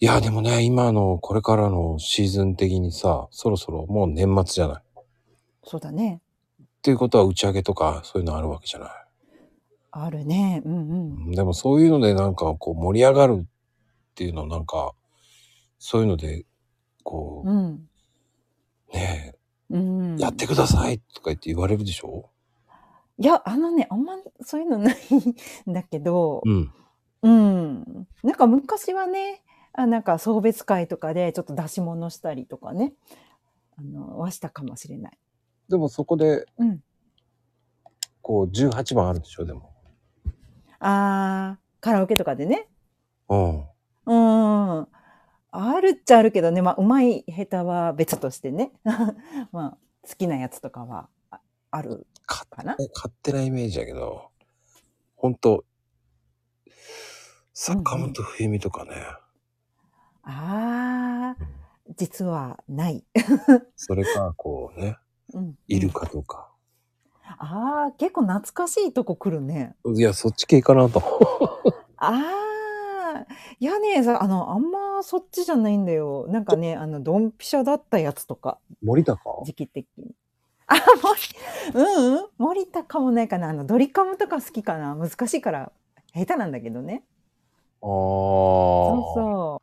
いや、でもね、今の、これからのシーズン的にさ、そろそろもう年末じゃない。っそうだね。ていうことは打ち上げとか、そういうのあるわけじゃない。あるね。うんうん。でもそういうのでなんかこう盛り上がるっていうのなんかそういうのでこうん。うねえ、うん、やってくださいとか言って言われるでしょいやあのねあんまそういうのないんだけど、ん。うん、なんか昔はねあなんか送別会とかでちょっと出し物したりとかねあのはしたかもしれない。でもそこでうん、こう18番あるでしょでも。あーカラオケとかでねうん。うんあるっちゃあるけどねまあうまい下手は別としてね まあ好きなやつとかはあある勝かな。手勝手なイメージだけど本当坂本冬美とかね、あー実はない。それかこうねうん、イルカとか、ああ、結構懐かしいとこ来るね。いやそっち系かな と。ああ、いやね、さあの、あんまそっちじゃないんだよ。なんかね、あの、ドンピシャだったやつとか、森高時期的に。あ、森、うん、うん、森田かもないかな。あの、ドリカムとか好きかな。難しいから、下手なんだけどね。ああ。そうそう。